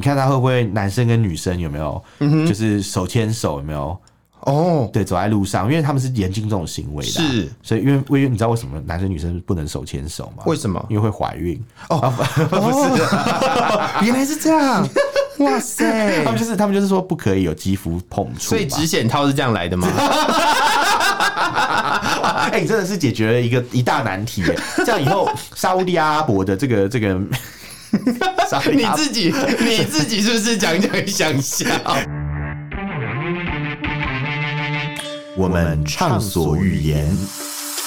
看他会不会男生跟女生有没有，嗯就是手牵手有没有？ 哦，对，走在路上，因为他们是严禁这种行为的啊、是所以因为因为你知道为什么男生女生不能手牵手吗？为什么哎因为会怀孕。哦原来是这 样，哇塞他！们就是他们就是说不可以有肌肤碰触嘛，所以直显套是这样来的吗？哎、你真的是解决了一个一大难题耶！这样以后 沙烏地阿拉伯的这个这个， 沙烏地 你阿拉伯自 己你自己是不是讲讲想笑？我们畅所欲言，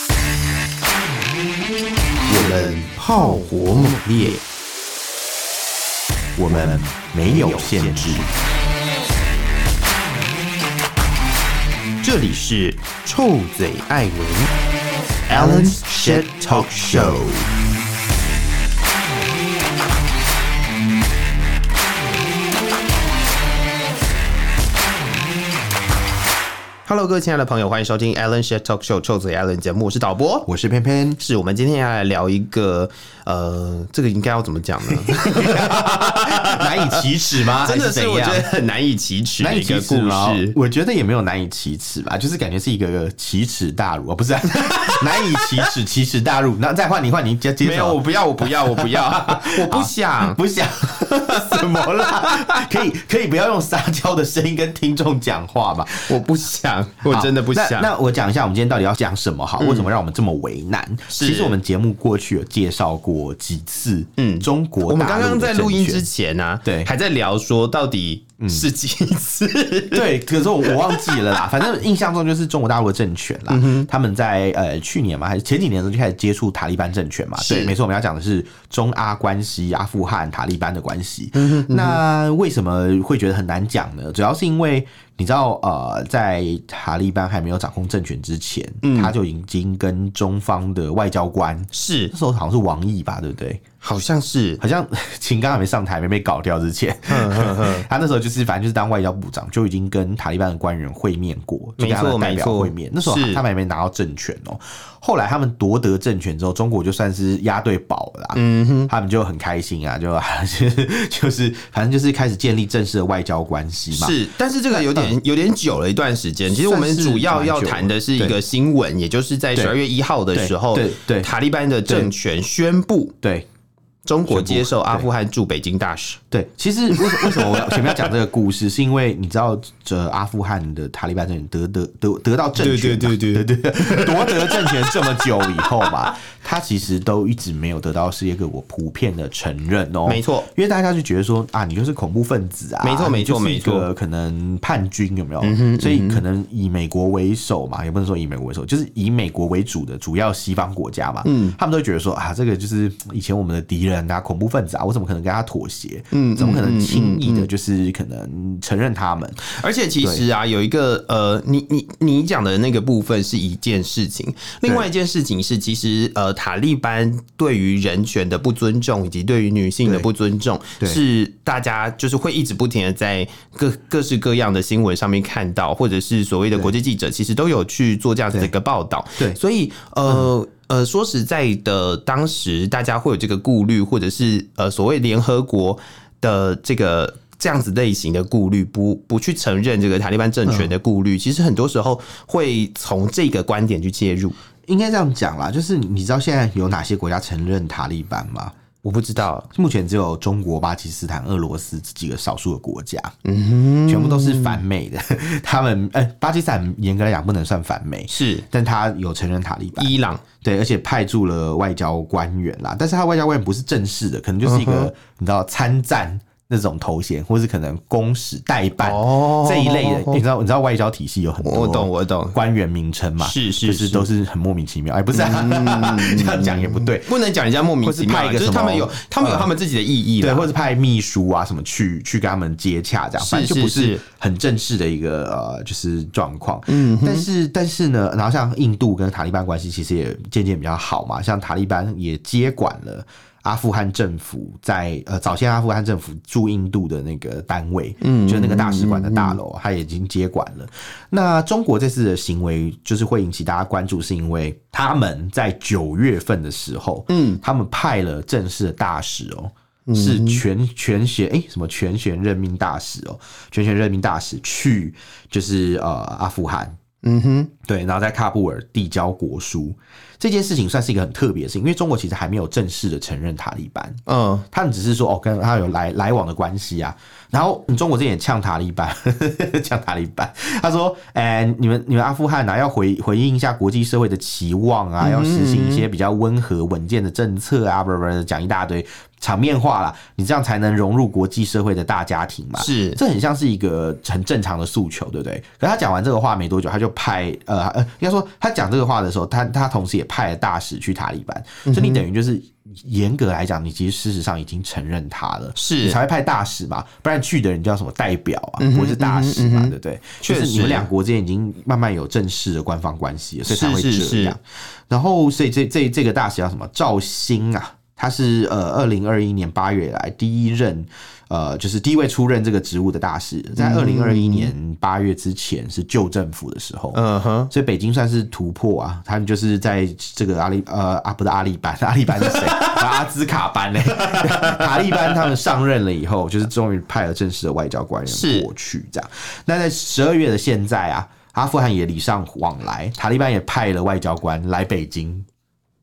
我们炮火猛烈，我们没有限制。这里是臭嘴艾文 Alan's Shit Talk Show。Hello，各位亲爱的朋友，欢迎收听 Alan s h i t Talk Show 臭嘴 Alan 节目，我是导播，我是偏偏，是我们今天要来聊一个，呃，这个应该要怎么讲 呢？难以启齿吗？ 真的啊还是怎我觉样得很难以启齿的难以一个启故齿吗事？。我觉得也没有难以启齿吧，就是感觉是一个奇耻大辱啊，不是 啊、难以启齿，奇耻大辱。那再换你换你接接手没有，我不要，我不要，我不 要，我 不想。不想什么啦？ 可以可以不要用撒娇的声音跟听众讲话嘛？我不想，我好真的不那想。嗯那我讲一下，我们今天到底要讲什么好？为什么让我们这么为难？是其实我们节目过去有介绍过几次，嗯，中国我们刚大刚陆的在录音政之权前呢、啊，对嗯还在聊说到底是几次， 对，可是我我忘记了啦，反正印象中就是中国大陆的政权啦，他们在呃去年嘛，还是前几年的时候就开始接触塔利班政权嘛。是对，没错，我们要讲的是中阿关系、阿富汗塔利班的关系。那为什么会觉得很难讲呢？主要是因为你知道，呃，在塔利班还没有掌控政权之前，他就已经跟中方的外交官。是那时候好像是王毅吧，对不对？好像是好像 秦刚还没上台，没被搞掉之前，嗯 他那时候就是反正就是当外交部长，就已经跟塔利班的官员会面过，就没跟他错们的代没表错会面。那时候是他们还没拿到政权哦、后来他们夺得政权之后，中国就算是押对宝了啦，嗯他们就很开心啊，就 就是反正就是开始建立正式的外交关系嘛。是，但是这个有点有点久了一段时间。其实我们嗯算是主要要蛮久了谈的是一个新闻，也就是在对十二月一号的时候对对对塔利班的政权宣布对中国宣布接受阿对富汗驻北京大使。对，其实为什为什么我要前面要讲这个故事，是因为你知道，这阿富汗的塔利班政权得得得得到政权嘛，对对对对对， 夺得政权这么久以后嘛，他其实都一直没有得到世界各国普遍的承认哦。没错，因为大家就觉得说啊，你就是恐怖分子啊，没错没错嗯你就是一个可能叛军有没有？所以可能以美国为首嘛，也不能说以美国为首，就是以美国为主的主要西方国家嘛，嗯，他们都觉得说啊，这个就是以前我们的敌人啊，恐怖分子啊，我怎么可能跟他妥协？嗯，怎么可能轻易的嗯就是可能承认他们？而且其实啊，有一个呃，你你你讲的那个部分是一件事情，另外一件事情是，其实呃，塔利班对于人权的不尊重以及对于女性的对不尊重，对是大家就是会一直不停的在各各式各样的新闻上面看到，或者是所谓的国际记者其实都有去做这样子的一个报道，对所以呃。呃，说实在的，当时大家会有这个顾虑，或者是呃所谓联合国的这个这样子类型的顾虑，不不去承认这个塔利班政权的顾虑，其实很多时候会从这个观点去介入。应该这样讲啦，就是你知道现在有哪些国家承认塔利班吗？我不知道，目前只有中国、巴基斯坦、俄罗斯这几个少数的国家，嗯，全部都是反美的。 他们，呃，巴基斯坦严格来讲不能算反美，是但他有承认塔利班，伊朗对，而且派驻了外交官员啦。但是他外交官员不是正式的，可能就是一嗯个、你知道参战。那种头衔，或是可能公使代办、哦这一类的，你知道，你知道外交体系有很多，我懂我懂官员名称嘛，是是就是是都是很莫名其妙，哎，不是、啊， 这样讲也不对，不能讲人家莫名或是其妙派啊，一个就什是么他们有他们有嗯他们自己的意义啦对，或者派秘书啊什么去去跟他们接洽，这样是反正就不是是是很正式的一个呃就是状况。嗯，但是但是呢，然后像印度跟塔利班关系其实也渐渐比较好嘛，像塔利班也接管了。阿富汗政府在呃早先阿富汗政府驻印度的那个单位，嗯，就是那个大使馆的大楼，他也已经接管了。那中国这次的行为就是会引起大家关注，是因为他们在九月份的时候，嗯，他们派了正式的大使哦、是全全权诶什么全权任命大使哦，全权任命大使去就是呃阿富汗，嗯哼，对，然后在喀布尔递交国书，这件事情算是一个很特别的事情，因为中国其实还没有正式的承认塔利班，嗯，他们只是说哦，跟他有来来往的关系啊。然后你中国这也呛塔利班， 呛塔利班，他说，哎、你们你们阿富汗啊，要回回应一下国际社会的期望啊，要实行一些比较温和稳健的政策啊，不不不，讲一大堆场面话啦，你这样才能融入国际社会的大家庭嘛。是这很像是一个很正常的诉求，对不对？可是他讲完这个话没多久，他就派呃呃，应该说他讲这个话的时候，他他同时也派了大使去塔利班，所以你等于就是严格来讲，你其实事实上已经承认他了，你是嗯才会派大使嘛，不然去的人叫什么代表啊，不会是大使嘛，对不对？确实就是你们两国之间已经慢慢有正式的官方关系了，所以才会这是样。是是然后，所以这这这个大使叫什么？赵兴啊，他是呃二零二一年八月以来第一任呃就是第一位出任这个职务的大使，嗯在二零二一年八月之前是旧政府的时候。嗯哼，所以北京算是突破啊，他们就是在这个阿里呃啊不是阿里班，阿里班是谁？ 阿兹卡班嘞、 塔利班他们上任了以后，就是终于派了正式的外交官是人过去这样。那在十二月的现在啊，阿富汗也礼尚往来，塔利班也派了外交官来北京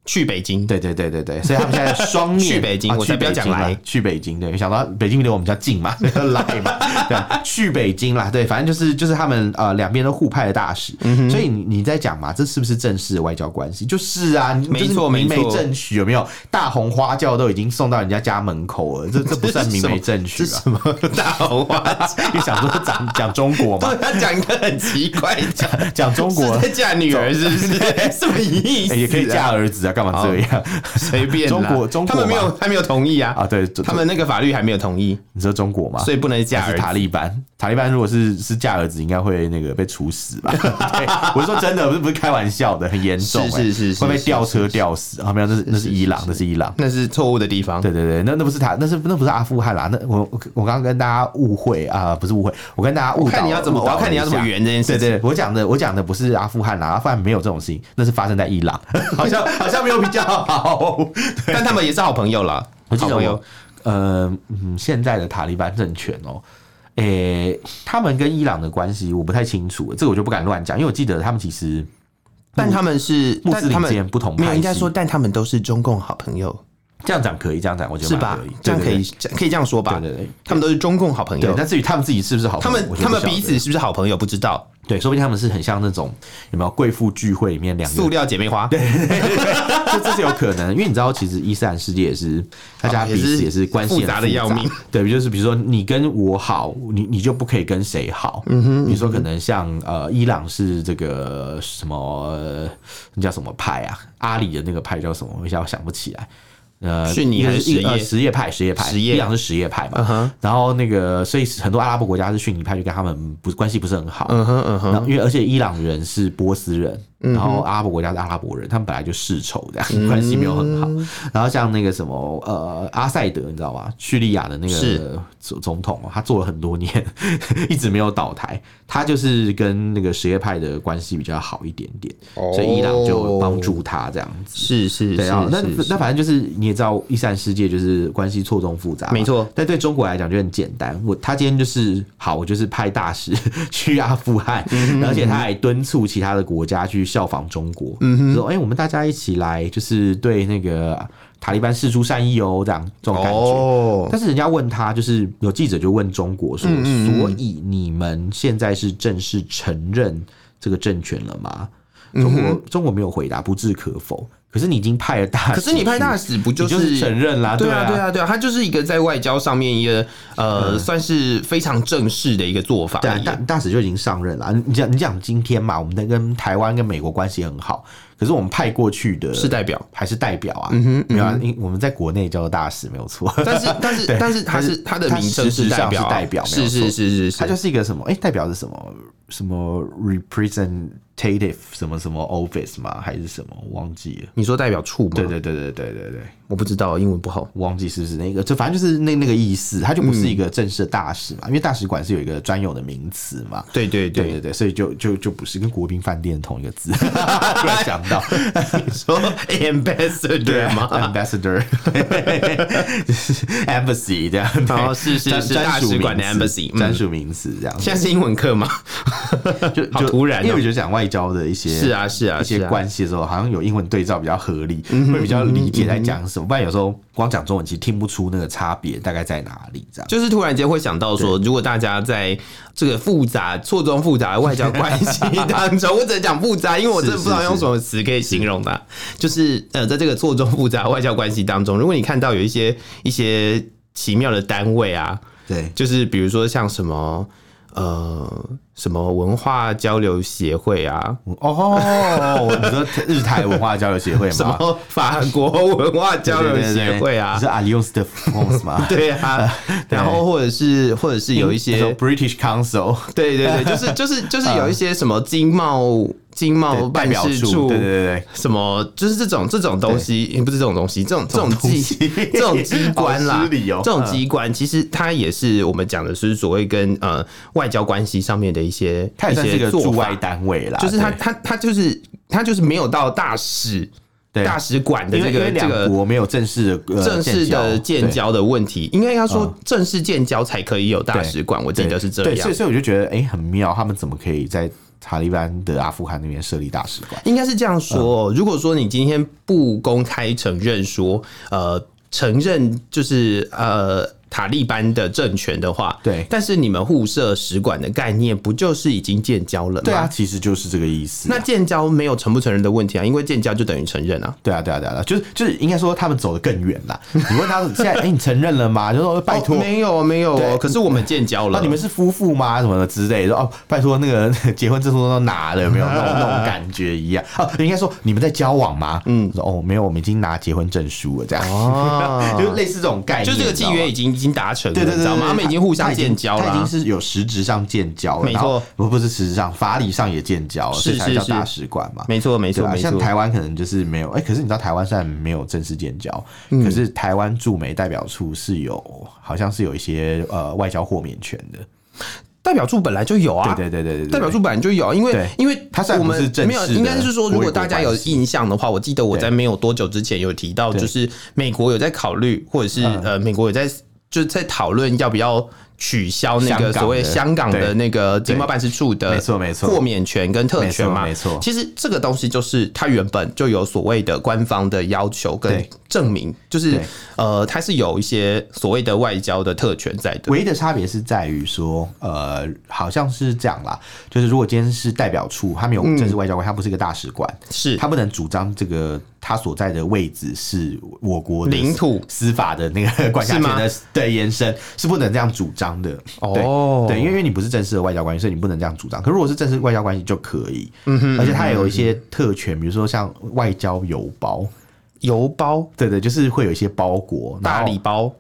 去北京， 对对对对对，所以他们现在双面去北京啊我才 去不要北讲京啦来去北京，对，想到北京离我们比较近嘛，所以 要来嘛，对啊，去北京啦，对，反正就是就是他们呃两边都互派的大使，所以你你在讲嘛，这是不是正式的外交关系？就是啊，你没就是错明没媒错正娶有没有？大红花轿都已经送到人家家门口了，这这不算明 媒正娶这啊是？什么大红花轿？你想说讲讲中国嘛对，他讲一个很奇怪的讲。讲 中国 是。在嫁女儿是不是？ 什么意思、哎也可以嫁，儿子啊，干嘛这样随便啦。中国中国他们没有，还没有同意啊。啊？对，他们那个法律还没有同意，你说中国吗？所以不能嫁还儿是子。塔利班，塔利班如果是是嫁儿子，应该会那个被处死 吧？对，我是说真的，不是不是开玩笑的，很严重、欸，是是是是会被是吊是车吊死啊！没有，那是那是伊朗，那是伊朗。那是错误的地方。对对对，那那不是塔，那是那不是阿富汗啦，那我我我刚刚跟大家误会啊、不是误会，我跟大家误我导，看你要怎么，误我导要看你要了一怎么下圆这件事对情。对，我讲的我讲的不是阿富汗啦，阿富汗没有这种事情，那是发生在伊 朗， 好像好像没有比较好。但他们也是好朋友了，我记好得朋友我，呃，嗯，现在的塔利班政权哦，诶、他们跟伊朗的关系我不太清楚，这个我就不敢乱讲，因为我记得他们其实但他们是，穆斯但他林之们间不同没有派应该系说，但他们都是中共好朋友，这样讲可以，这样讲我觉是得蛮吧可以？，这样可对以，这可以这样说吧对？对对。他们都是中共好朋对，友，那至于他们自己是不是好他朋友，们我就他不们晓得彼此是不是好朋友不知道。对，说不定他们是很像那种有没有贵妇聚会里面两个塑料姐妹 花，这这是有可能，因为你知道，其实伊斯兰世界也是大家啊也彼是此也是关系很复杂得要命。对，就是比如说你跟我好，你你就不可以跟谁好。嗯哼，比如说可能像呃，伊朗是这个什么，呃那叫什么派啊？阿里的那个派叫什么？我一下我想不起来。呃，逊尼还是一个什叶呃什叶派？什叶派，什叶伊朗是什叶派嘛。嗯哼然后那个，所以很多阿拉伯国家是逊尼派，就跟他们不关系不是很好。嗯哼嗯哼，嗯然后因为而且伊朗人是波斯人，然后阿拉伯国家是阿拉伯人，他们本来就世仇这样，关系没有很好。然后像那个什么呃阿塞德，你知道吗？叙利亚的那是个总总统哦，他做了很多年， 一直没有倒台。他就是跟那个什叶派的关系比较好一点点，所以伊朗就帮助他这样子。是哦是对是啊，那是那反正就是你也知道，伊斯兰世界就是关系错综复杂嘛，没错但对中国来讲就很简单，我他今天就是好，我就是派大使 去阿富汗，嗯而且他还敦促其他的国家去效仿中国，嗯说哎、我们大家一起来，就是对那个塔利班示出善意哦，这样这种感觉。哦，但是人家问他，就是有记者就问中国嗯说，所以你们现在是正式承认这个政权了吗？中嗯国、中国没有回答，不置可否。可是你已经派了大使去，可是你派大使不你就就是是承认啦？对啊，啊，对啊，对啊，他就是一个在外交上面一个呃，算是非常正式的一个做法对而啊，已。大大使就已经上任了。啊你讲你讲今天嘛，我们的跟台湾跟美国关系很好，可是我们派过去的是代表，还是代表啊？嗯哼，啊，因我们在国内叫做大使没有错，但是但 是但是他是他的他名称实质代上表啊，是代表没有是是错是是是，它就是一个什么？哎、代表是什么？什么 represent Tative 什么什么 Office 吗？还是什么？忘记了。你说代表处吗？对，对对对对对对，我不知道，英文不好。忘记是不是那个，就反正就是那那个意思，它就不是一个正式的大使嘛，因为大使馆是有一个专有的名词嘛。对对对对，对对，所以就就就不是跟国宾饭店同一个 字，突然想到，你说 ambassador 吗？ ，ambassador，就是 embassy 这样，哦对是是专是专大属使馆的名词 embassy，嗯专属名词这样子，现在是英文课吗？就好就突然哦因为我觉得讲外交的一些是啊是啊一是些啊。嗯关系的时候，好像有英文对照比较合理，会比较理解在讲什么，不然有时候光讲中文其实听不出那个差别大概在哪里这样。就是突然间会想到说，如果大家在这个复杂、错综复杂的外交关系当中，我只能讲复杂，因为我真的不知道用什么词可以形容它、啊就是呃，在这个错综复杂的外交关系当中，如果你看到有一些一些奇妙的单位啊，对，就是比如说像什么呃什么文化交流协会啊，哦，你说日台文化交流协会吗？什么法国文化交流协会啊你是，Alliance de France 吗？对啊， 然后或者是或者是有一嗯些哦那种嗯 British Council 对对 对，就是就是就是有一些什么经贸经贸代办表事处，处，对对对对。什么就是这种这种东西，也不是这种东西，这种这种种东 机西这种机关好啦失，礼哦这种嗯机关其实它也是我们讲的是所谓跟呃外交关系上面的一些它一也算是些个做驻法外，单位啦，就是它啊对它它就是它就是没有到大使对大使馆的因这为因为个这两个国没有正式的、呃、正式的建建交嗯交的问题，应该要说正式建交才可以有大使馆，我记对，得是这对，样所以。所以我就觉得哎、诶很妙，他们怎么可以在塔利班的阿富汗那边设立大使馆？应该是这样说、哦。嗯如果说你今天不公开承认说，呃，承认就是呃塔利班的政权的话，对但是你们互设使馆的概念，不就是已经建交了吗？对啊，，其实就是这个意思啊、那建交没有承不承认的问题啊，因为建交就等于承认啊。对啊，对啊，对啊，对啊就是就是应该说他们走得更远啦。你问他现在，哎、你承认了吗？就说拜托哦，没有没有哦，对可是我们建交那、了，啊你们是夫妇吗？什么的之类的。哦，拜托，那个 结婚证书都拿了，有没有那种那种感觉一样？哦，应该说你们在交往吗？嗯，说哦，没有，我们已经拿结婚证书了，这样，哦 就是类似这种概念，就这个你知契道吗约已经已经达成了，对对对你知道对，吗？他们已经互相建交了他已经啊。是有实质上建交了，没错然后，不不是实质上，法理上也建交了，所是以才是叫是大使馆嘛。没错，没对错，吧？没像错。台湾可能就是没有，哎、可是你知道台湾虽然没有正式建交，嗯可是台湾驻美代表处是有，好像是有一些呃外交豁免权的。代表处本来就有啊，对对对对对对，代表处本来就有，因为对因为它虽然我不们是正式的没有，应该是说，国如果与国大家有关系印象的话，我记得我在没有多久之前有提到，对就是美国有在考虑，或者是嗯呃，美国有在就是在讨论要不要取消那个香港的所谓香港的对那个经贸办事处的没错没错豁免权跟特权嘛，没错没错其实这个东西就是它原本就有所谓的官方的要求跟对证明，就是对呃，它是有一些所谓的外交的特权在的。唯一的差别是在于说，呃，好像是这样啦，就是如果今天是代表处，它没有嗯正式外交官，它不是一个大使馆，是他不能主张这个他所在的位置是我国的领土司法的那个管辖是权吗的的延伸，是不能这样主张的。哦对，对，因为因为你不是正式的外交关系，所以你不能这样主张。可如果是正式外交关系就可以，嗯哼，而且它有一些特权，比如说像外交邮包，邮包、对对，就是会有一些包裹，然大后礼包、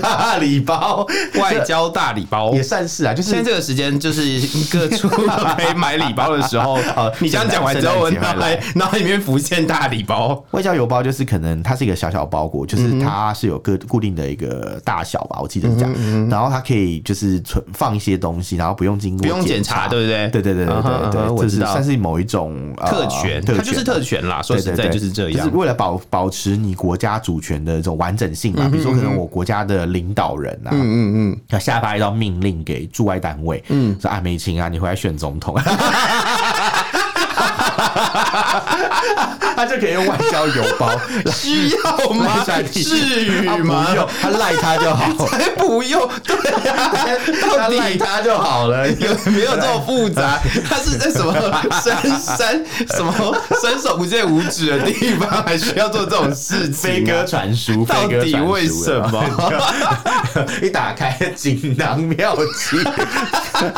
大礼包外交大礼包，也算是啊，就是现在这个时间就是各处都可以买礼包的时候，你这样讲完之后，我哦圣诞圣脑诞节海脑海里面浮现大礼包，外交邮包就是可能它是一个小小包裹，就是它是有个固定的一个大小吧，我记得是这嗯样。然后它可以就是存放一些东西，然后不用经过不用检查，查，对不对？对对对对嗯哼对嗯哼对，我这知是道算。是某一种呃特权，特它权就是特权啦。说对实对在对，就是这样就是。为了保保持你国家主权的这种完整嗯性嘛。比如说，可能我国家的领导人啊，嗯嗯嗯，要下发一道命令给驻外单位，嗯，说啊，梅琴啊，你回来选总 统。他就可以用外交邮包需要 吗？来代替至于吗他？不用，他赖他就好， 才不用，对啊呀，到他底赖他就好 了。有没有这么复 杂？他是在什么深山、什么伸手不见五指的地方，还需要做这种事情啊？飞鸽传书，到飞鸽底传书为什有没有么？ 一打开锦囊妙计，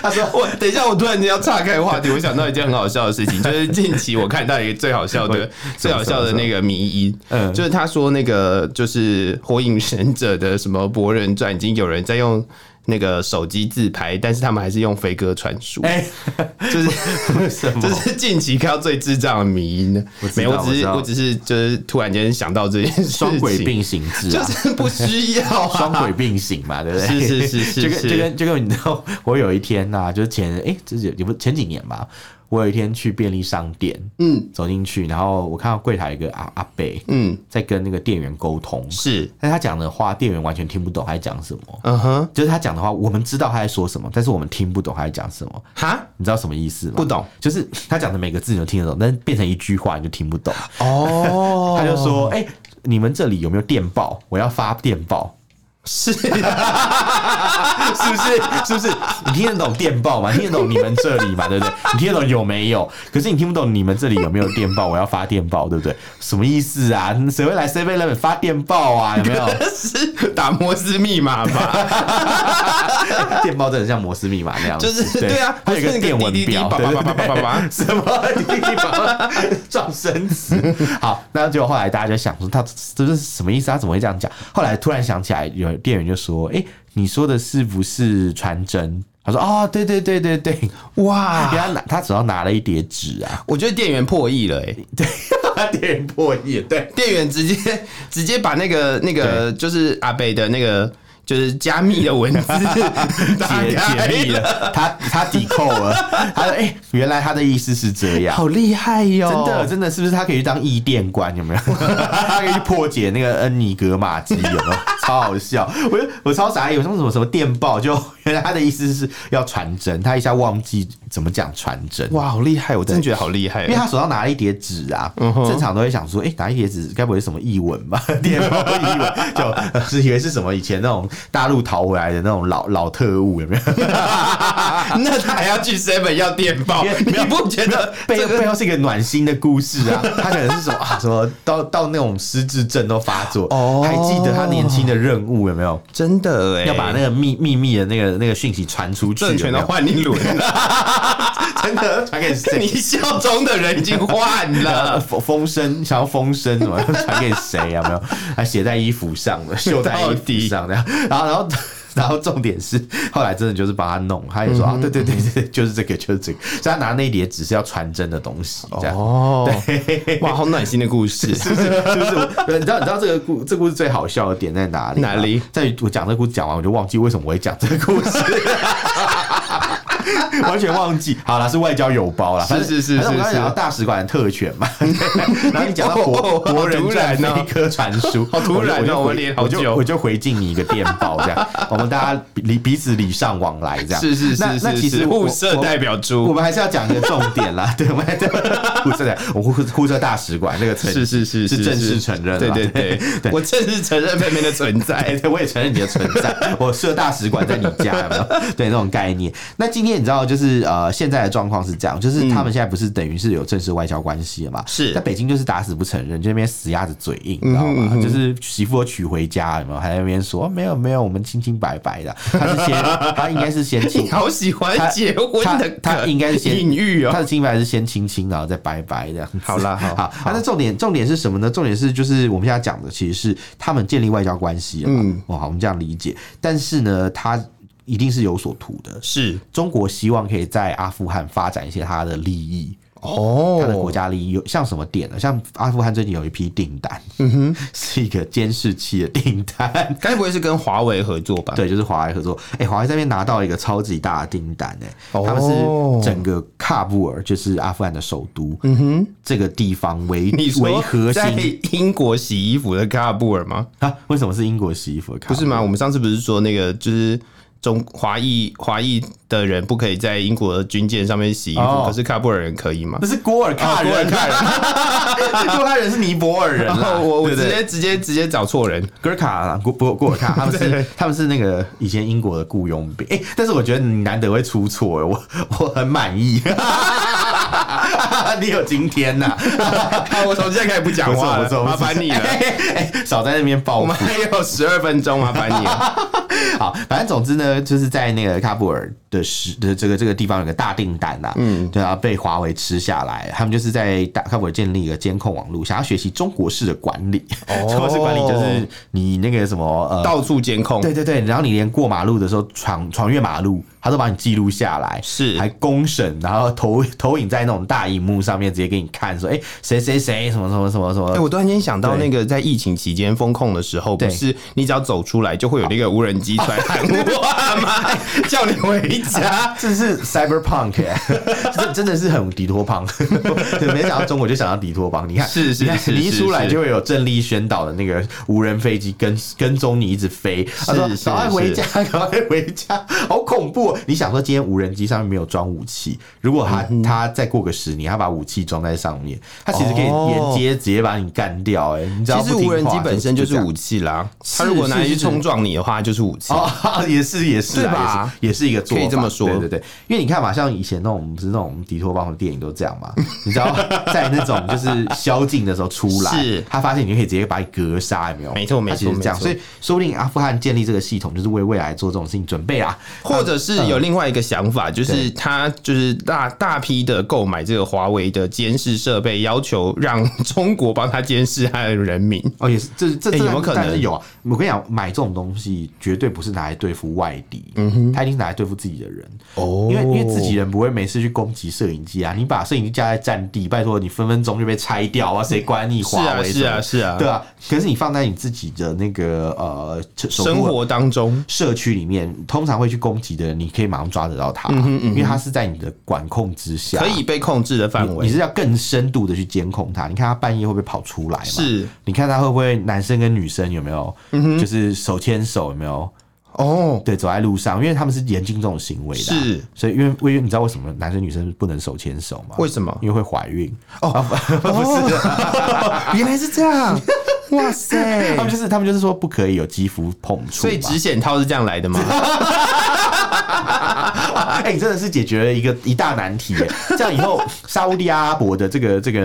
他说：“我等一下，我突然间要岔开话题，我想到一件很好笑的事 情，就是近期我看到一个最好笑的、最好笑的那个迷因，嗯就是他说那个就是《火影忍者》的什么《博人传》，已经有人在用。那个手机自拍，但是他们还是用飞鸽传书， 哎，就是 为什么 这是近期看到最智障的迷音。我知没道有，我只我知是道我只是就是突然间想到这件事情，双轨并行制 就啊？是不需要啊，双轨并行 嘛，对不对？是是是是 这个是这个这个，你知道，我有一天呐、就是前哎，这是也不前几年吧，我有一天去便利商店，嗯走进去，然后我看到柜台有一个阿阿贝嗯在跟那个店员沟通，是，但他讲的话，店员完全听不懂他在讲什么。嗯哼，就是他讲的话，我们知道他在说什么，但是我们听不懂他在讲什么。哈，你知道什么意思吗？不懂，就是他讲的每个字你都听得懂，但是变成一句话你就听不懂。哦他就说：“哎、你们这里有没有电报？我要发电报。” 是啊 是不是？是不是？你听得懂电报吗？听得懂你们这里嘛？对不 对？你听得懂有没有？可是你听不懂你们这里有没有电报？我要发电报，对不对？什么意思啊？谁会来 C V Eleven 发电报 啊？有没有？是打摩斯密码吧？ 电报真的像摩斯密码那样子，就是对对啊它有一就个是那个电文滴滴滴表，叭对对叭叭叭叭叭叭对什么 滴滴叭叭，撞生词。好，那就后来大家就想说，他这是什么意思？他怎么会这样讲？后来突然想起来，有店员就说：“哎，你说的是不是传真？”他说：“哦，对对对对对，给哇，他拿，他只要拿了一叠纸啊，我觉得店员破译了哎、店员破译，对店员直接 直接把那个那个就是阿北的那个就是加密的文字 解解密了，了，他他抵扣了，他说：哎、原来他的意思是这样。”好厉害哟、真的，真的，是不是他可以去当异电官？有没 有？他可以去破解那个呃恩尼格玛机，有没有？超好笑！我就我超傻眼，有什么什么什么电报，就原来他的意思是要传真，他一下忘记怎么讲传真。哇，好厉害！我真的觉得好厉害 因为，他手上拿了一叠纸啊，嗯哼正常都会想说，哎、拿一叠纸，该不会是什么译文吧？ 电报译文，就呃是以为是什么以前那种大陆逃回来的那种老老特务，有 没有？那他还要去 Seven 要电 报，因为你不觉得背这背个？后是一个暖心的故事啊，他可能是什么啊？什么到到那种失智症都发作，哦还记得他年轻的任务有没有？真的哎、要把那个秘秘密的那个那个讯息传出去，政权有都没有换一 轮了，真的传给你谁？效忠的人已经换呃，了。风 风声想要风声，怎么 传给谁啊？没有，还写在衣服上的，绣在衣到服底上的。 然后，然后，然后重点是，后来真的就是帮他弄，他也说、啊，对对对对，对就是这个，就是这个。所以他拿那一叠只是要传真的东西，这样。 哦，哇，好暖心的故 事，是不是？是不是？我你知道你知道这个故这故事最好笑的点在哪里吗？哪里在于我讲这个故事讲完，我就忘记为什么我会讲这个故事。 完全忘记，好了，是外交有包了，是是是反正我刚才是是讲到大使馆的特权 嘛，然后你讲到哦国哦好国人突传然哦飞鸽传书， 好突然哦我就我我们就连回我好就久我就回敬你一个电报，这 样，我们大家彼彼此礼尚往来，这样，是是那是那是其是，实我互射我代表我猪，们还是要讲一个重点啦，对，我们还是要 互设的，我互互设大使馆那个承是是是是正式承认啦，对对对，对。我正式承认妹妹的存 哎，在。对，我也承认你的存在。我设大使馆在你家，有没有？对那种概念。那今天你知道，就是呃，现在的状况是这样，就是他们现在不是等于是有正式外交关系了嘛？是在北京就是打死不承认，就那边死鸭子嘴硬，你知道吗？就是媳妇都娶回家，有没有？还在那边说、哦没有没有，我们清清白白的。他是先， 他应该是先清你好喜欢他结婚他的梗，他应该是先隐喻他哦。的清白是先亲亲，然后再拜拜这样子。好啦好好，啊那重点重点是什么呢？重点是就是我们现在讲的其实是他们建立外交关系了嘛。嗯哦，好，我们这样理解。但是呢，他一定是有所图的。是中国希望可以在阿富汗发展一些他的利益，哦他的国家利益有像什么点呢？像阿富汗最近有一批订单，嗯 是一个监视器的订单。该不会是跟华为合作吧？，对，就是华为合作。哎、华为这边拿到一个超级大的订单、欸，哦他们是整个喀布尔，就是阿富汗的首都，嗯哼，这个地方为 你为说核在心英国洗衣服的喀布尔吗？啊？为什么是英国洗衣服的喀布不尔？是吗？我们上次不是说那个就是中华裔华裔的人不可以在英国的军舰上面洗衣服，哦可是喀布尔人可以吗那？是郭尔啊喀郭尔人，喀 人，郭尔喀人是尼泊尔人然啦，后我我对直不对接直接直接找错人，格尔卡啦，郭郭郭尔卡，他们是他们是那个以前英国的雇佣兵。哎、但是我觉得你难得会出错、欸，我我很满意。 你有今天呐、好，我从现在开始不讲话不了错，不错麻不错烦 你了。哎少在那边报我复们。还有十二分钟，麻烦你了。 好，反正总之呢，就是在那个喀布尔的时的这个这个地方有个大订单呐、嗯，对啊，被华为吃下来，他们就是在大喀布尔建立一个监控网络，想要学习中国式的管理。哦 中国式管理就是你那个什么呃，到处监控，对对对，然后你连过马路的时候闯闯越马路，他都把你记录下来，是还公审，然后投投影在那种大荧幕上面，直接给你看说，哎、谁谁谁什么什么什么什么，哎、我突然间想到那个在疫情期间封控的时候，对不是你只要走出来就会有那个无人机出来喊 话吗？叫你回家。这是 cyberpunk，耶 这真的是很迪托邦。 对，没想到中国就想到迪托邦。你看，是是你看是你一是出来是就会有郑丽宣导的那个无人飞机跟跟踪你一直飞，他说是赶快回是家，赶快回家， 好恐怖、哦！你想说今天无人机上面没有装武器，如果他、嗯他再过个十年，他把武器装在上面，他其实可以哦连接直接把你干掉、哎，你知道其实无人机本身就是武器。器啦，是它如果拿来是去是冲撞你的话，就是武器。哦， 也是也是对啊吧，也是也是一个做法，可以这么说对对对，因为你看嘛，像以前那种不是那种迪托邦的电影都这样 嘛，你知道 在那种就是宵禁的时候出来，是他发现你就可以直接把你格杀，有没有？没错没他其实错是这样，没错所以说不定阿富汗建立这个系统就是为未来做这种事情准备啊，或者是有另外一个想法，就是他就是大大批的购买这个华为的监视设备，要求让中国帮他监视他的人民。哦，也是，这这、欸这有没有可能但是有啊，我跟你讲，买这种东西绝对不是拿来对付外敌，嗯哼，他一定是拿来对付自己的人。哦因为因为自己人不会没事去攻击摄影机啊，你把摄影机架在战地，拜托你分分钟就被拆掉啊，谁管你嗯是华啊为是什么啊的？是啊对，啊，可是你放在你自己的那个呃手生活当中社区里面，通常会去攻击的人，你可以马上抓得到嗯他，因为他是在你的管控之下，可以啊被控制的范你你围是要更深度的去监控他，你看他半夜会不会跑出来嘛？是嗯你看他会不会男生跟女生有没有，就是手牵手有没有？哦，对，走在路上，因为他们是严禁这种行为的啊、是所以因为因为你知道为什么男生女生不能手牵手吗？为什么？因为会怀孕，原来是这样，哇塞他们就是他们就是说不可以有肌肤碰触哎所以嘛纸显涛是这样来的吗？哎、你真的是解决了一个一大难题耶！这样以后沙烏地阿拉伯的这个这 个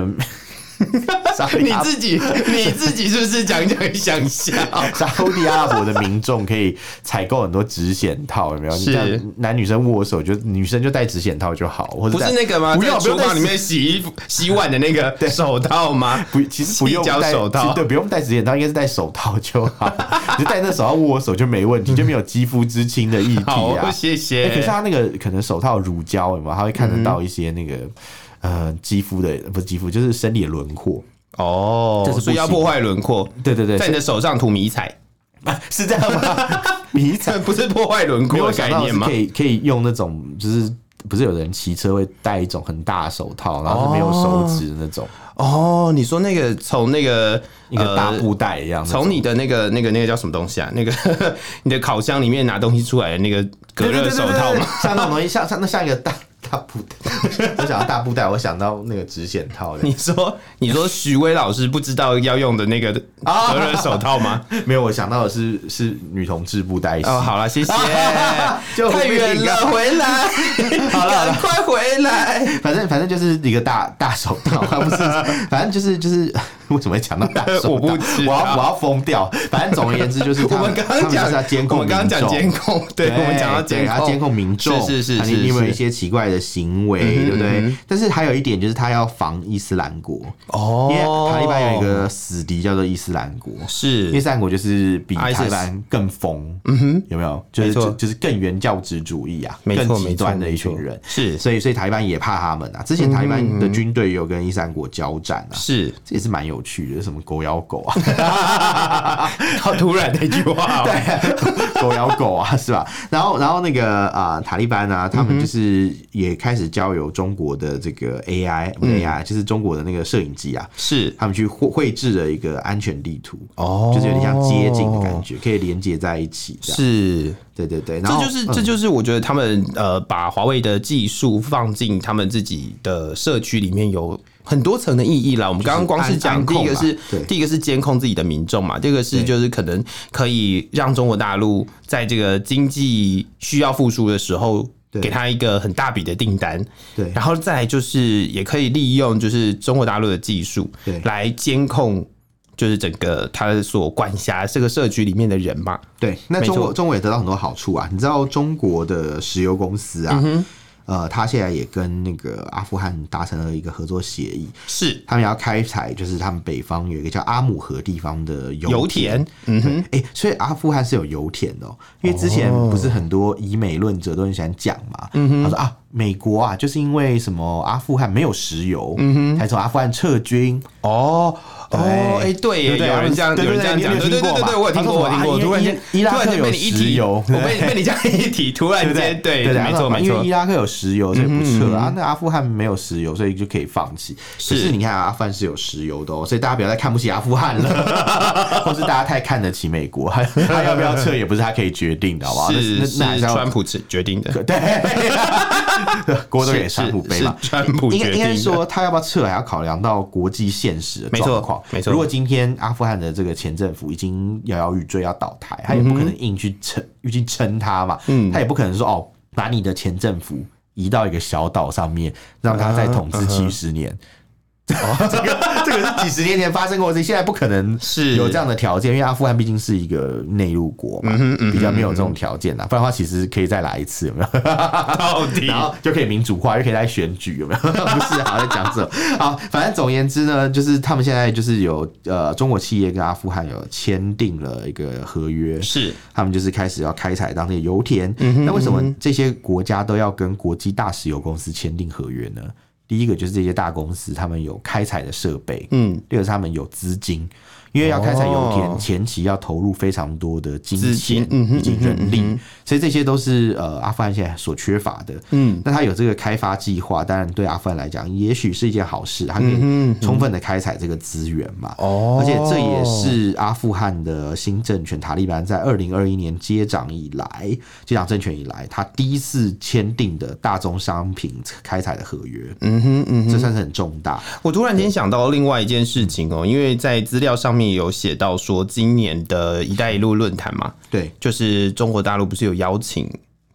沙烏 你地阿拉伯自己你自己啊是不是讲讲想笑？沙烏地阿拉伯的民众可以采购很多纸显套，有没有？你是这样男女生握手就女生就戴纸显套就好，或者 不戴是那个吗？不用在不用厨戴房里面洗衣 服、洗碗的那个手套 吗？不，其实不用细胶戴手套其实对，不用戴指眼套，应该是戴手套就 好。你就戴那手套握手就没问题，就没有肌肤之亲的议题好哦，啊。谢欸可是谢。他那个可能手套乳胶有没有？他会看得到一些那个、呃肌肤的不是肌肤，就是身体的轮廓。哦这是不，所以要行破坏轮廓，对对对，在你的手上涂迷 彩， 是是这 样吗？迷彩，不是破坏轮没廓有的想概到念是吗可？以可以用那种就是。不是有的人骑车会戴一种很大的手套，然后是没有手指的那种，哦，你说那个从那个一个大呃布袋一样那种。从你的那个、那个、那个叫什么东西啊？那个 你的烤箱里面拿东西出来的那个隔热手套对对对对吗？对像那种东西，像像那像一个大大布袋，我想到大布袋，我想到那个纸显套的。 你说，你说徐威老师不知道要用的那个隔热手套 吗？没有，我想到的是是女同志布袋戏。哦，好了，谢谢， 就太远了，回来， 好了，赶快回 来。反正反正就是一个大大手套，啊不是， 反正就是就是为什么会讲到大手套？ 我不知我道要我要疯掉。反正总而言之就是 我他们，们刚刚他们就讲是要监控我民们众，刚刚讲监控，对，我们讲到对监他控，监控民众，是是是啊你是嗯你有没有是一些奇怪的行为，对不对？但是还有一点就是他要防伊斯兰国，哦因为塔利班有一个死敌叫做伊斯兰国。伊是斯兰国就是比塔 ISIS 利班更疯，嗯哼，有没有？就是没错就就是更原教旨主义啊，没更错极没错端的一没群错人。是嗯所以所以塔利班也怕他们啊。之前塔利班的军队也有跟伊斯兰国交战啊， 是，这也是蛮有趣的，什么狗咬狗啊， 好突然的一句话哦，对，狗咬狗啊，是吧？然后，然后那个啊、呃塔利班啊，嗯他们就是也开始交由中国的这个 AI，不是嗯 AI，就是中国的那个摄影机啊，是他们去绘绘制了一个安全地图，哦就是有点像街景的感觉，可以连接在一起，这样，是。对对对，然这后就是这就是我觉得他们呃把华为的技术放进他们自己的社区里面有很多层的意义啦。我们刚刚光是安讲安第控一个是吧对第一个是监控自己的民众嘛，第二个是对就是可能可以让中国大陆在这个经济需要复苏的时候。对给他一个很大笔的订单，对然后再来就是也可以利用就是中国大陆的技术对来监控，就是整个他所管辖这个社区里面的人嘛，对，那没中国错中国也得到很多好处啊。你知道中国的石油公司嗯啊，呃，他现在也跟那个阿富汗达成了一个合作协议，是他们要开采就是他们北方有一个叫阿姆河地方的油油田。田，嗯哼，哎、所以阿富汗是有油田的、哦，因为之前不哦是很多以美论者都很喜欢讲嘛，嗯他说啊，美国啊，就是因为什么阿富汗没有石油，嗯才从阿富汗撤军，哦哦，哎、对耶，对啊有人这样，对有对人这样对讲，对对你有听对对对过对吧对，我有听过，我有听过，他说什么突然间啊，伊伊拉突然克间被你一有石提，油我被被你这样一提，突然对不间，对，对，啊没错没因为错伊，拉克有石油，所以不撤了啊。那阿富汗没有石油，所以就可以放弃。是可是你看阿富汗是有石油的哦，所以大家不要再看不起阿富汗了， 或是大家太看得起美国，还他要不要撤也不是他可以决定的，好不好？那是那那还是是要川普决决定的，对， 锅都给是川普背是嘛。是川普应该决应该定的。说，他要不要撤还要考量到国际现实的没错状况。没错如果今天阿富汗的这个前政府已经摇摇欲坠要倒台，他也不可能硬去嗯撑，硬去撑他嘛。他也不可能说哦，把你的前政府移到一个小岛上面，让他再统治七十年。啊 这个这个是几十年前发生过的事，现在不可能是有这样的条件，因为阿富汗毕竟是一个内陆国嗯嘛，比较没有这种条件啊啦。不然的话，其实可以再来一次，有没有？到底然后就可以民主化，又可以来选举，有没有？ 不是，好在讲这种。好，反正总而言之呢，就是他们现在就是有呃，中国企业跟阿富汗有签订了一个合约，是他们就是开始要开采当地的油田。那为什么这些国家都要跟国际大石油公司签订合约呢？第一个就是这些大公司他们有开采的设备，嗯，第二个是他们有资金，因为要开采油田，哦前期要投入非常多的金资钱金嗯哼以及人力，所以这些都是呃阿富汗现在所缺乏的。嗯，那他有这个开发计划，当然对阿富汗来讲，也许是一件好事，他可嗯以充分的开采这个资源嘛。哦而且这也是阿富汗的新政权塔利班在二零二一年接掌以来，接掌政权以来，他第一次签订的大宗商品开采的合约。嗯哼，嗯哼，这算是很重大。我突然间想到另外一件事情哦、因为在资料上面有写到说，今年的“一带一路”论坛嘛，对，就是中国大陆不是有邀请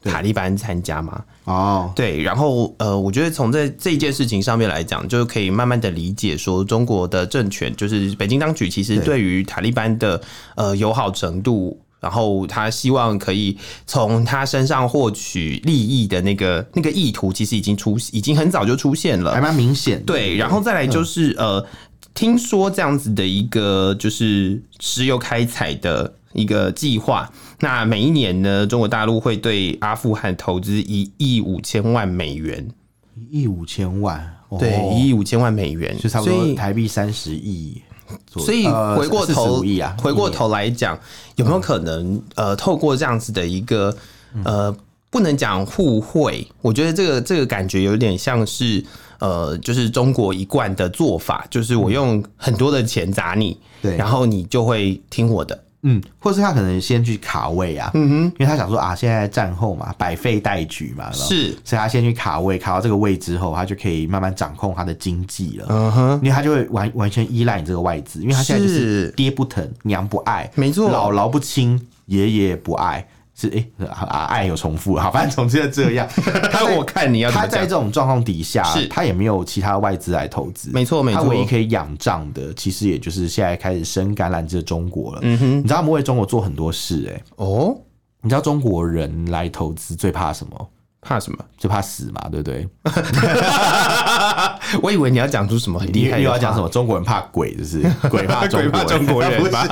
塔利班参加吗？哦，对，然后呃，我觉得从这这一件事情上面来讲，就是可以慢慢的理解说，中国的政权就是北京当局，其实对对于塔利班的呃友好程度。然后他希望可以从他身上获取利益的那个那个意图，其实已经出已经很早就出现了还。蛮明显的。对，然后再嗯来就是、呃，听说这样子的一个就是石油开采的一个计划，那每一年呢，中国大陆会对阿富汗投资一亿五千万美元，一亿五千万，哦对，一亿五千万美元，就差不所多以台币三十亿左右，所以呃回过头45亿啊，回过一年头来讲，有没有可能呃，透过这样子的一个呃，不能讲互惠，我觉得这个这个感觉有点像是呃，就是中国一贯的做法，就是我用很多的钱砸你，嗯对然后你就会听我的，嗯，或是他可能先去卡位啊，嗯哼，因为他想说啊，现在战后嘛，百废待举嘛，有没有是所以他先去卡位，卡到这个位之后，他就可以慢慢掌控他的经济了，嗯哼，因为他就会完完全依赖你这个外资，因为他现在就是是爹不疼娘不爱，没错姥姥不亲，爷爷不爱。是诶、啊，爱有重复啊，反正总之就 这样。他在我看你要怎他么在讲这。种状况底下是，他也没有其他外资来投资，没错没错他唯一可以仰仗的，其实也就是现在开始生橄榄枝的中国了。嗯哼，你知道他们为中国做很多事、欸，哦，你知道中国人来投资最怕什么？怕什么？ 最怕死嘛，对不对？我以为你要讲出什么很你厉害又的要讲什话？么？中国人怕鬼，就是 鬼怕中鬼怕中国国 人不吧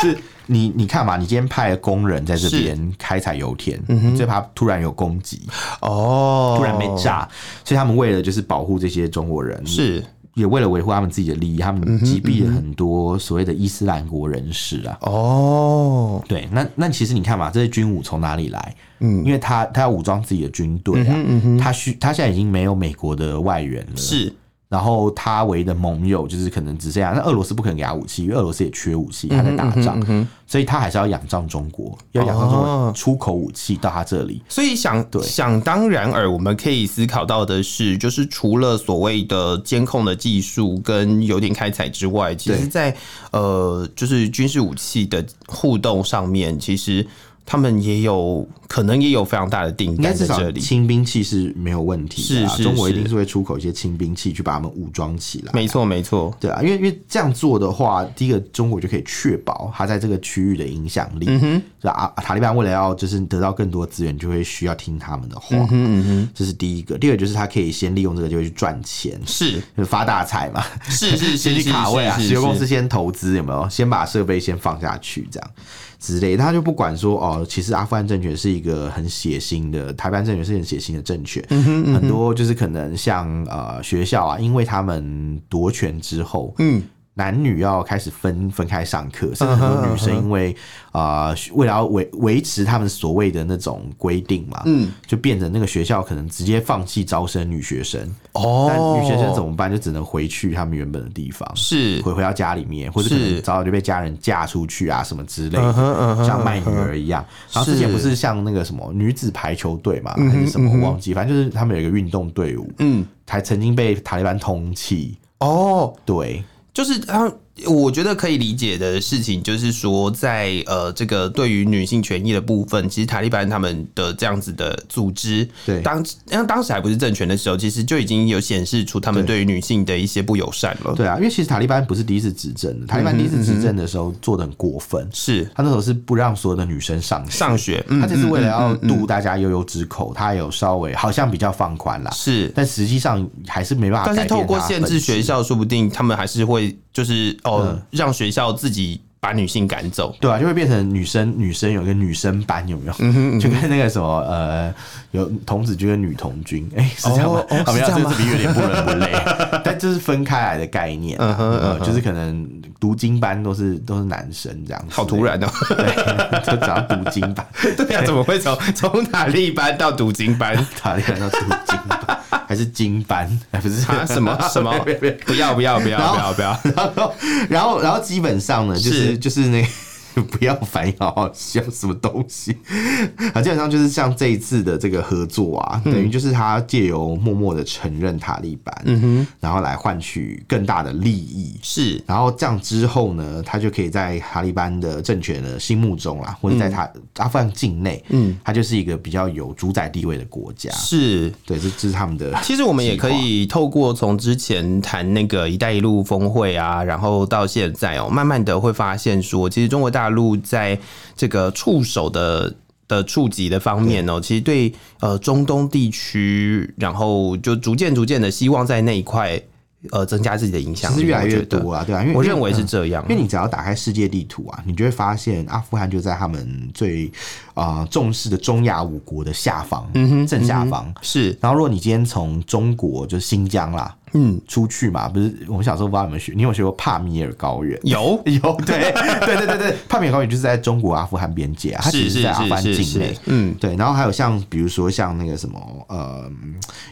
是，是你你看嘛，你今天派工人在这是嗯边开采油田，你最怕突然有攻击，哦，突然被炸，所以他们为了就是保护这些中国人，是也为了维护他们自己的利益，他们击毙了很多所谓的伊斯兰国人士啊。哦，对，那那其实你看嘛，这些军武从哪里来？嗯，因为他他要武装自己的军队嗯啊，他需他现在已经没有美国的外援了，是然后他唯一的盟友就是可能只剩下那俄罗斯不可能给他武器，因为俄罗斯也缺武器，他嗯在打仗，所以他还是要仰仗中国，要仰仗中国哦出口武器到他这里。所以想对想当然而，我们可以思考到的是，就是除了所谓的监控的技术跟油田开采之外，其对实在呃，就是军事武器的互动上面，其实他们也有可能也有非常大的订应该单在至少这里。清兵器是没有问题的啊、是是中国一是定是会出口一些清兵器去把他们武装起来。没错，没错，对啊，因为因为这样做的话，第一个中国就可以确保它在这个区域的影响力。嗯哼，啊，塔利班为了要就是得到更多资源，就会需要听他们的话。嗯嗯哼，这是第一个。第二个就是他可以先利用这个就会去赚钱，是就是发大财嘛。是是先去是是卡位啊，是石油公司是先投资有没有？先把设备先放下去这样之类的，他就不管说哦，其实阿富汗政权是一个很血腥的，台湾政权是很血腥的政权，嗯很多就是可能像呃学校啊，因为他们夺权之后，嗯。男女要开始分分开上课，甚嗯至很多女生因为啊、呃为了要维维持他们所谓的那种规定嘛，嗯，就变成那个学校可能直接放弃招生女学生，但哦，女学生怎么办？就只能回去他们原本的地方，是回回到家里面，或者可能是早早就被家人嫁出去啊，什么之类嗯哼的嗯，哼像卖女儿一样。然后之前不是像那个什么女子排球队嘛，嗯还是什么我忘记，反正就是他们有一个运动队伍，嗯，还曾经被塔利班通缉。哦，对，就是他，我觉得可以理解的事情，就是说在，呃这个对于女性权益的部分，其实塔利班他们的这样子的组织，对当因为当时还不是政权的时候，其实就已经有显示出他们对于女性的一些不友善了。对啊，因为其实塔利班不是第一次执政的，塔嗯利班第一次执政的时候做的很过分，是他那时候是不让所有的女生上学。上学，嗯，他这次为了要度大家悠悠之口，他有稍微好像比较放宽啦，嗯是，但实际上还是没办法但改是变透过它限制本质嗯学，校，说不定他们还是会就是哦，让学校自己把女性赶走。对啊，就会变成女生女生有一个女生班，有没有？嗯 就跟那个什么呃，有童子军跟女童军，哎、是这样吗哦？哦啊没有，是这样吗个比喻有点不伦不 类，但这是分开来的概念嗯啊、呃就是可能读经班都是都是男生这样，好突，然哦！ 对， 就讲到读经班， 对啊，怎么会从从塔利班到读经班？打脸到读经班还是经班，哎不是 啊，什么什么别别别，不要不要不要然后不要不要！然后， 然后，然后基本上呢，就是是就是那个 不要反应，好好笑，什么东西啊？基本上就是像这一次的这个合作啊，等于就是他借由默默的承认塔利班，嗯哼，然后来换取更大的利益。是然后这样之后呢，他就可以在塔利班的政权的心目中啦，或者在他、阿富汗境内，嗯，他就是一个比较有主宰地位的国家。是，对，这这是他们的其实我们也可以透过从之前谈那个“一带一路”峰会啊，然后到现在哦、慢慢的会发现说，其实中国大陆在这个触手的。的触及的方面哦、其实对呃中东地区，然后就逐渐逐渐的希望在那一块呃增加自己的影响其力，实越来我越觉得多，啦，对啊，因为我认为嗯是这样因，为你只要打开世界地图啊，你就会发现阿富汗就在他们最啊、呃重视的中亚五国的下方，嗯正下方。是然后，如果你今天从中国就是新疆啦，嗯，出去嘛，不是我们小时候不知道有没有学，你有学过帕米尔高原？ 有有，对，对对对对，帕米尔高原就是在中国阿富汗边界啊，它其是实是在阿富汗是是境内是，，嗯，对，然后还有像比如说像那个什么呃，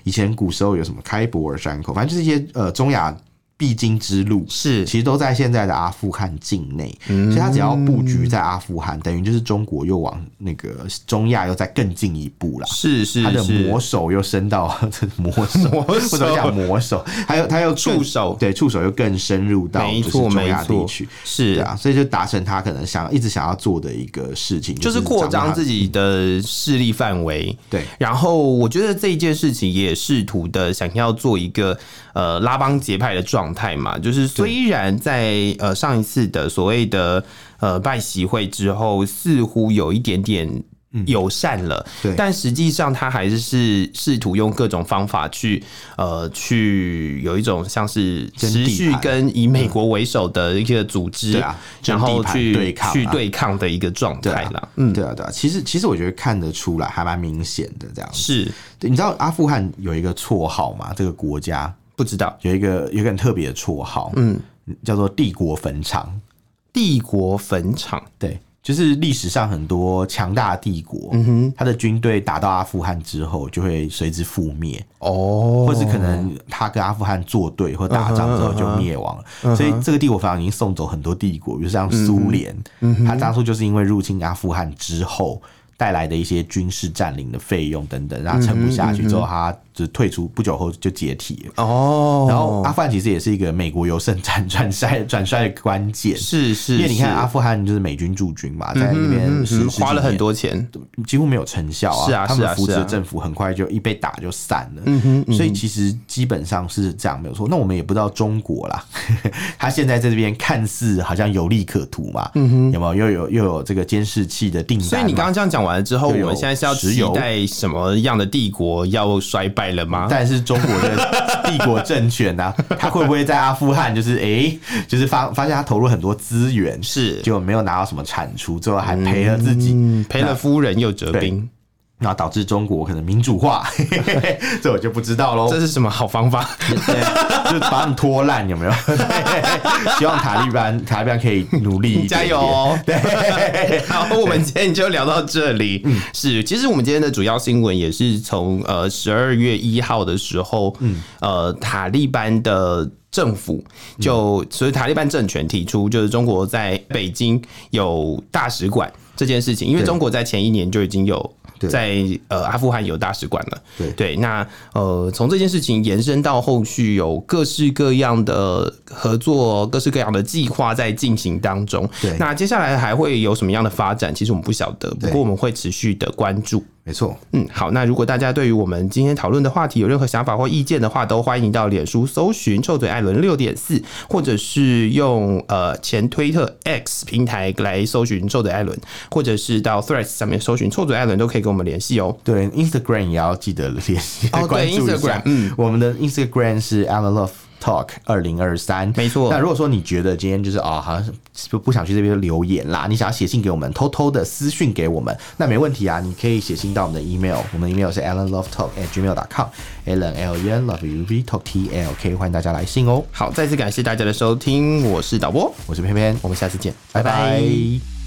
以前古时候有什么开伯尔山口，反正就是一些呃中亚必经之路，是其实都在现在的阿富汗境内，所以它只要布局在阿富汗，等于就是中国又往那个中亚又再更进一步啦。是是它的是魔手又伸到 这魔手，魔手或者讲魔手，还有它又更触手对触手又更深入到没就是错中亚没地错区，是对啊，所以就达成他可能想一直想要做的一个事情，就是扩张自己己的势力范围。对然后我觉得这一件事情也试图的想要做一个呃拉帮结派的状态嘛，就是虽然在呃上一次的所谓的呃拜习会之后，似乎有一点点。友善了，嗯对但实际上他还是是试图用各种方法去，呃，去有一种像是争持地续盘跟以美国为首的一个组织，对啊然后争地盘去对抗啊去对抗的一个状对态啊啦，，嗯，对啊，对啊，其实其实我觉得看得出来，还蛮明显的这样子。是对你知道阿富汗有一个绰号吗？这个国家不知道有一个有一个很特别的绰号，嗯，叫做帝国坟场。帝国坟场对，就是历史上很多强大的帝国，嗯哼，他的军队打到阿富汗之后，就会随之覆灭，哦或是可能他跟阿富汗作对或打仗之后就灭亡了。所以这个帝国反而已经嗯送走很多帝国，比如像苏联，他当初就是因为入侵阿富汗之后。带来的一些军事占领的费用等等，让他撑不下去之后，他就退出，不久后就解体了。哦，然后阿富汗其实也是一个美国由盛转转衰转衰的关键，是是，因为你看是阿富汗就是美军驻军嘛，在那边嗯十嗯花了很，多钱，十几年几乎没有成效啊。是啊他是们啊扶持是的啊嗯政府很快就一被打就散了。所以其实基本上是这样没有错。那我们也不知道中国啦， 他现在在这边看似好像有利可图嘛，有没有？又有又有这个监视器的订单嘛，嗯所以你刚刚这样讲完了之后，我就有们现在是要石期油待什么样的帝国要衰败了吗？但是中国的帝国政权呐、啊，他会不会在阿富汗就是诶，就是发发现他投入很多资源，是就没有拿到什么产出，最后还赔了自己，嗯赔了夫人又折兵，那导致中国可能民主化， 这我就不知道喽。这是什么好方法？对，就把他们拖烂，有没 有？对希望塔利班塔利班可以努 力一点加油！哦！好，我们今天就聊到这里。嗯是，其实我们今天的主要新闻也是从呃十二月一号的时候，嗯呃，塔利班的。政府就所以塔利班政权提出，就是中国在北京有大使馆这件事情，因为对中国在前一年就已经有对在呃阿富汗有大使馆了。对对，那呃，从这件事情延伸到后续有各式各样的合作、各式各样的计划在进行当中。对那接下来还会有什么样的发展？其实我们不晓得，不对过我们会持续的关注。 没错，嗯，好，那如果大家对于我们今天讨论的话题有任何想法或意见的话，都欢迎到脸书搜寻“臭嘴艾伦六点四”，或者是用呃前推特 X 平台来搜寻“臭嘴艾伦”，或者是到 Threads 上面搜寻“臭嘴艾伦”，都可以跟我们联系哦。对 Instagram 也要记得联系、哦对关注一下 Instagram，。嗯，我们的 Instagram 是 I'm a Love Talk 二零二三，没错那如果说你觉得今天就是啊、好像是不不想去这边留言啦，你想要写信给我们，偷偷的私讯给我们，那没问题啊，你可以写信到我们的 email，我们的 email 是 alanlovetalk at gmail.com，alan l e n love u v talk t l k，欢迎大家来信哦，好，再次感谢大家的收听，我是导播，我是偏偏，我们下次见，拜拜拜拜